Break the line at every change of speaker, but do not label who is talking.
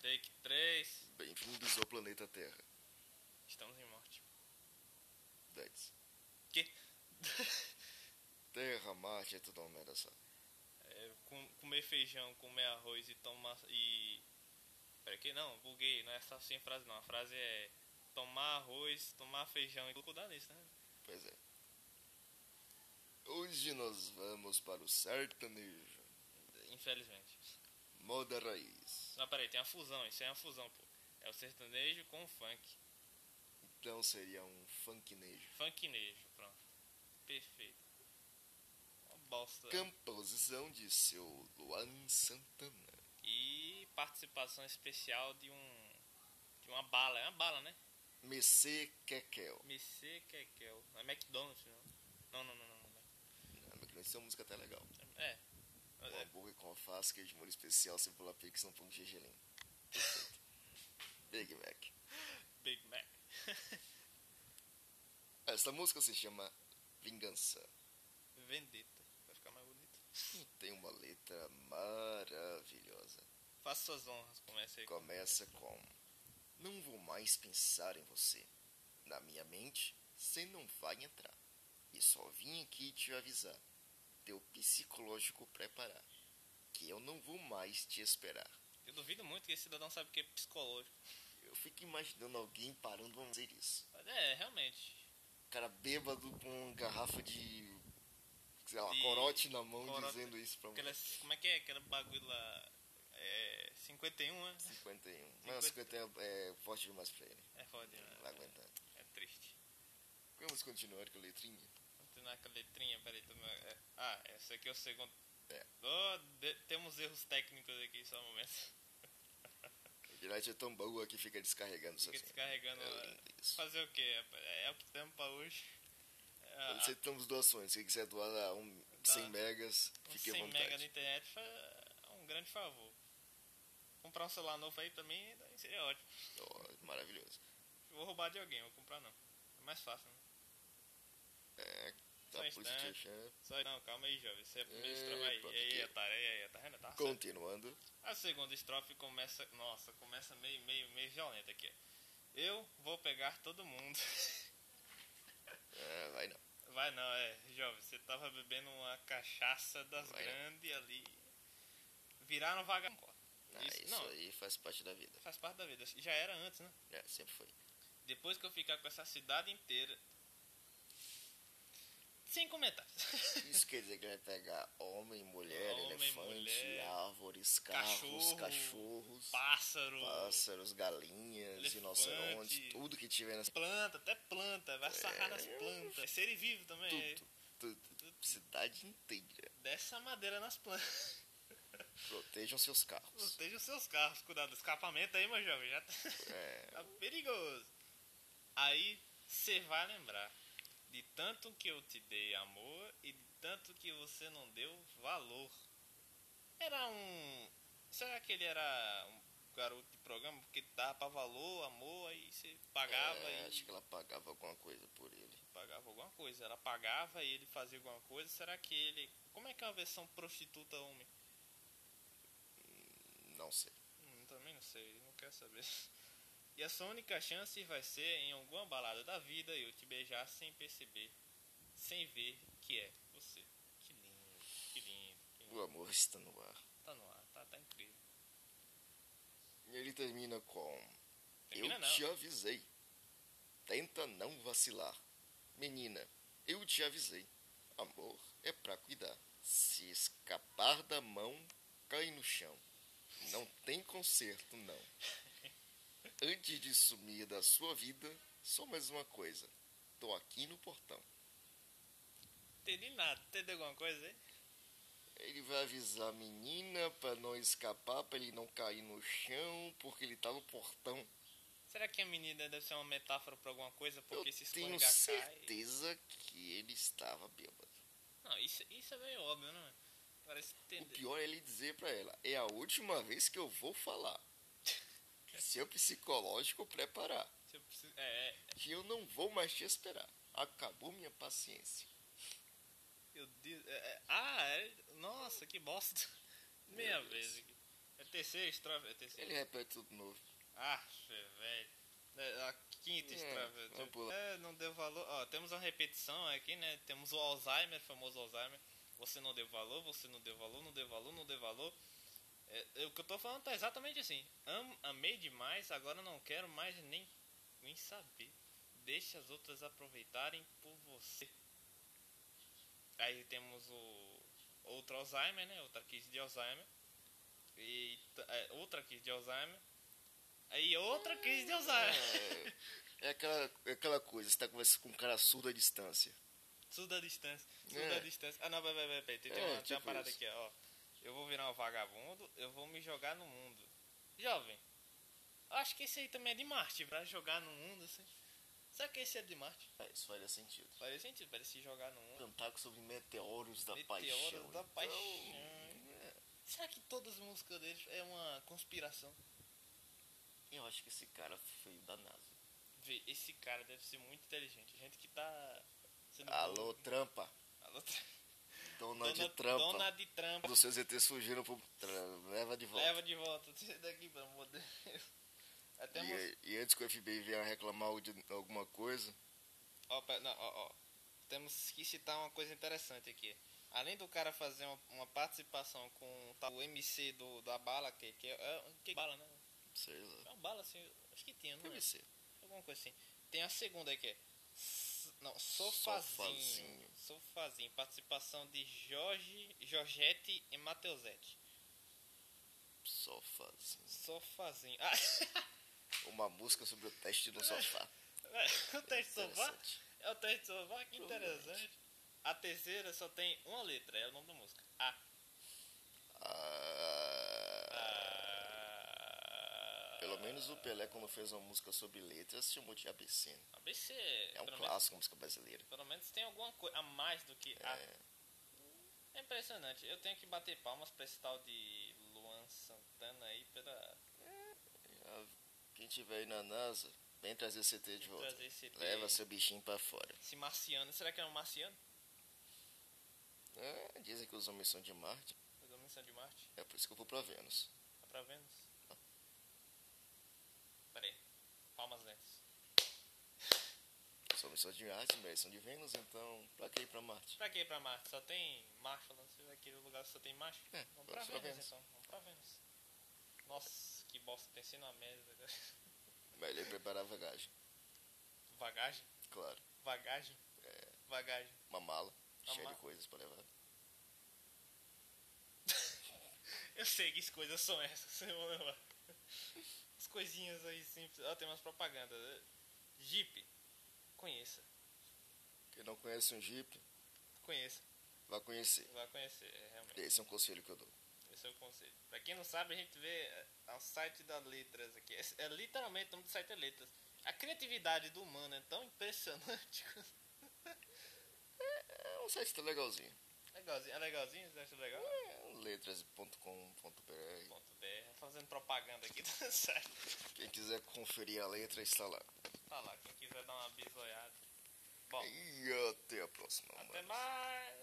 Quake 3.
Bem-vindos ao planeta Terra.
Estamos em Marte.
Dedes.
Quê?
Terra, Marte, é tudo uma merda só.
É, com- comer feijão, comer arroz e tomar. e. Peraí, que não, buguei, não é essa assim a frase não. A frase é tomar arroz, tomar feijão e cuidar nisso, né?
Pois é. Hoje nós vamos para o sertanejo.
Infelizmente.
Moda raiz.
Não, peraí, tem a fusão, isso é uma fusão, pô. É o sertanejo com o funk.
Então seria um funknejo.
Funknejo, pronto. Perfeito. Uma bosta.
Composição de seu Luan Santana.
E participação especial de um. de uma bala, é uma bala, né?
Messê Kekel.
MC Kekel. Não é McDonald's, não. Não, não, não, não. não.
Ah, mas que não, isso é uma música até legal.
É.
Um
É,
hambúrguer com alface, queijo de molho especial, cebola pix, não pão de gergelim. um Perfeito. Big Mac.
Big Mac.
Essa música se chama Vingança.
Vendetta. Vai ficar mais bonito.
Tem uma letra maravilhosa.
Faça suas honras, comece aí.
Começa com: Não vou mais pensar em você. Na minha mente, você não vai entrar. E só vim aqui te avisar, teu psicológico preparar, que eu não vou mais te esperar.
Eu duvido muito que esse cidadão sabe o que é psicológico.
Eu fico imaginando alguém parando pra dizer isso.
Mas É, realmente.
Cara bêbado com uma garrafa de. sei lá,
De-
corote na mão
corote.
dizendo isso pra um mim.
Aquela, como é que é? Aquela bagulho lá. É. 51, né?
51. Não, 51 é forte demais pra ele.
É foda,
Não vai
né?
aguentar.
É triste.
Vamos continuar com a letrinha.
Continuar com a letrinha, peraí. Tô... é, Ah, esse aqui é o segundo.
É.
Oh, de- Temos erros técnicos aqui, só um momento.
O Gillette é tão boa que fica descarregando
Fica
sozinho.
descarregando.
É
lá.
lindo isso.
Fazer o quê, rapaz? É o que temos pra hoje. É, a-
Aceitamos doações. Se quiser doar lá um,
Dá.
100 megas,
Um
fique à
100 mega na
vontade.
internet fa- é um grande favor. Comprar um celular novo aí pra mim daí seria ótimo.
Ó, maravilhoso.
Vou roubar de alguém, vou comprar não. É mais fácil, né?
É,
Só
tá
um
por
instante.
isso que eu-
Só, não, calma aí, jovem. Você é a primeira estrofe aí.
Epa,
E aí,
que-
otário, e aí, tá vendo? Tá certo.
Continuando.
A segunda estrofe começa. Nossa, começa meio, meio, meio violenta aqui. Eu vou pegar todo mundo.
É, vai não.
Vai não, é, jovem, você tava bebendo uma cachaça das
Vai não.
grandes ali. Viraram vagabundo.
Ah,
Isso-
isso,
não.
aí faz parte da vida.
Faz parte da vida. Já era antes, né?
É, sempre foi.
Depois que eu ficar com essa cidade inteira. Sem comentários.
Isso quer dizer que vai pegar homem, mulher,
Homem,
elefante,
mulher,
árvores, carros,
cachorro,
cachorros,
Pássaro,
pássaros, galinhas,
elefante.
rinocerontes, tudo que tiver nessa
planta, até planta. Vai sarrar nas plantas. É ser vivo também.
Tudo, tudo. Cidade inteira.
Dessa madeira nas plantas.
Protejam seus carros.
Proteja os seus carros. Cuidado do escapamento aí, meu jovem. Já tá,
É,
tá perigoso. Aí você vai lembrar de tanto que eu te dei amor e de tanto que você não deu valor. Era um. Será que ele era um garoto de programa porque dava valor, amor, aí você pagava
é,
e
Acho que ela pagava alguma coisa por ele.
pagava alguma coisa. Ela pagava e ele fazia alguma coisa. Será que ele. Como é que é uma versão prostituta homem?
Não sei.
Hum, também não sei, não quero saber. E a sua única chance vai ser em alguma balada da vida eu te beijar sem perceber, sem ver que é você. Que lindo, que lindo. Que lindo.
O amor está no ar.
Tá no ar, tá, tá incrível.
E ele termina com:
Termina
Eu
não.
te avisei. Tenta não vacilar. Menina, eu te avisei. Amor é pra cuidar. Se escapar da mão, cai no chão. Não tem conserto, não. Antes de sumir da sua vida, só mais uma coisa. Tô aqui no portão.
Entendi nada, entendeu alguma coisa aí?
Ele vai avisar a menina pra não escapar, pra ele não cair no chão, porque ele tá no portão.
Será que a menina deve ser uma metáfora pra alguma coisa? Porque
eu
se
tenho
escorregar cai.
certeza que ele estava bêbado.
Não, isso, isso é meio óbvio, não é? Parece
O
entender.
pior é ele dizer pra ela: é a última vez que eu vou falar. Seu psicológico preparar.
Se eu preciso- É, é,
Que eu não vou mais te esperar. Acabou minha paciência.
Meu Deus. é, é, ah, é, nossa, que bosta. Meia
Deus.
vez aqui. É terceira estrofe, é a terceira.
Ele repete tudo de novo.
Ah, velho. É, A quinta
É,
estrofe.
vamos
tipo,
pular.
é, não deu valor. Ó, temos uma repetição aqui, né? Temos o Alzheimer, famoso Alzheimer. Você não deu valor, você não deu valor, não deu valor, não deu valor. É, é, o que eu tô falando tá exatamente assim. Am- amei demais, agora não quero mais nem, nem saber. Deixa as outras aproveitarem por você. Aí temos o outro Alzheimer, né? Outra crise de Alzheimer. E t- é, outra crise de Alzheimer. Aí outra crise de Alzheimer.
É, é aquela, é aquela coisa, você tá conversando com um cara surdo à distância.
Tudo à distância. Tudo
É.
à distância. Ah, não, peraí, peraí, peraí. Tem, tem
É,
uma, tem
tipo
uma parada
isso.
aqui, ó. Eu vou virar um vagabundo, eu vou me jogar no mundo. Jovem, acho que esse aí também é de Marte, pra jogar no mundo, assim. Será que esse é de Marte?
É, isso faria sentido.
Parece sentido, parece se jogar no mundo.
Cantar sobre meteoros da
Meteoros
paixão.
da
então,
paixão.
é,
Será que todas as músicas deles é uma conspiração?
eu acho que esse cara foi da NASA.
Vê, esse cara deve ser muito inteligente. Gente que tá. Sendo
Alô,
burro.
trampa.
Alô, Tr-
Donald
Dona-
Trump.
Dona de Trampa.
Os seus ETs fugiram pro. tra- Leva de volta.
Leva de volta. Tira daqui, pelo amor de Deus. Até música.
E, e antes que o FBI vier reclamar de alguma coisa,
Ó, pe- não, ó, ó. Temos que citar uma coisa interessante aqui. Além do cara fazer uma, uma participação com o tal- o MC do, da bala, que, que é, é. Que bala, né?
sei lá.
É uma bala, assim. Acho que tinha, não
Deve
é?
ser.
Alguma coisa assim. Tem a segunda aí que é. S- Não, sofazinho.
Sofazinho.
Sofazinho. Participação de Jorge, Jorgette e Mateusete.
Só faz.
Sofazinho. Ah,
assim. Uma música sobre o teste no sofá.
o teste de sofá?
Interessante.
É o teste de sofá? Que
Provavelmente.
interessante. A terceira só tem uma letra, é o nome da música. A.
Ah,
Ah,
pelo menos o Pelé, quando fez uma música sobre letras, chamou de ABC.
ABC.
É um
pelo, menos,
clássico, música brasileira.
pelo menos tem alguma coisa a mais do que A.
É,
É impressionante. Eu tenho que bater palmas pra esse tal de Luan Santana aí pela
a- ah, quem tiver aí na NASA, vem trazer CT de
Vem
volta. É,
trazer esse ET
Leva
aí.
seu bichinho pra fora.
esse marciano. Será que é um marciano?
Ah, dizem que os homens são de Marte.
Pegou a missão de Marte?
É por isso que eu vou pra Vênus.
Tá pra Vênus? Pera aí. Palmas lentas.
Os homens são de Marte, mas são de Vênus, então pra que ir pra Marte?
Pra que ir pra Marte? Só tem macho lá? Será aquele um lugar só tem macho?
É,
Vamos pra
só pra
Vênus,
Vênus.
então. Vamos pra Vênus. Nossa, que bosta. Pensei numa merda. agora.
Melhor preparar a bagagem,
Vagagem?
claro.
Vagagem?
É.
Vagagem.
Uma mala
Uma
cheia
mala.
de coisas pra levar.
Eu sei que as coisas são essas, eu vou levar. As coisinhas aí simples. Ó, tem umas propagandas. né? Jeep. Conheça.
Quem não conhece um Jeep,
Conheça.
vai conhecer.
Vai conhecer, é, realmente.
Esse é um conselho que eu dou.
Esse é o conselho. Pra quem não sabe, a gente vê é, é o site da Letras aqui. É, é literalmente o nome do site é Letras. A criatividade do humano é tão impressionante.
É um site tá legalzinho.
legalzinho, é legalzinho, você acha legal?
É letras.com.br.
Ponto BR, é, fazendo propaganda aqui do site.
Quem quiser conferir a letra está lá.
Tá lá, quem quiser dar uma bisoiada. Bom,
E até a próxima.
até
mano.
mais!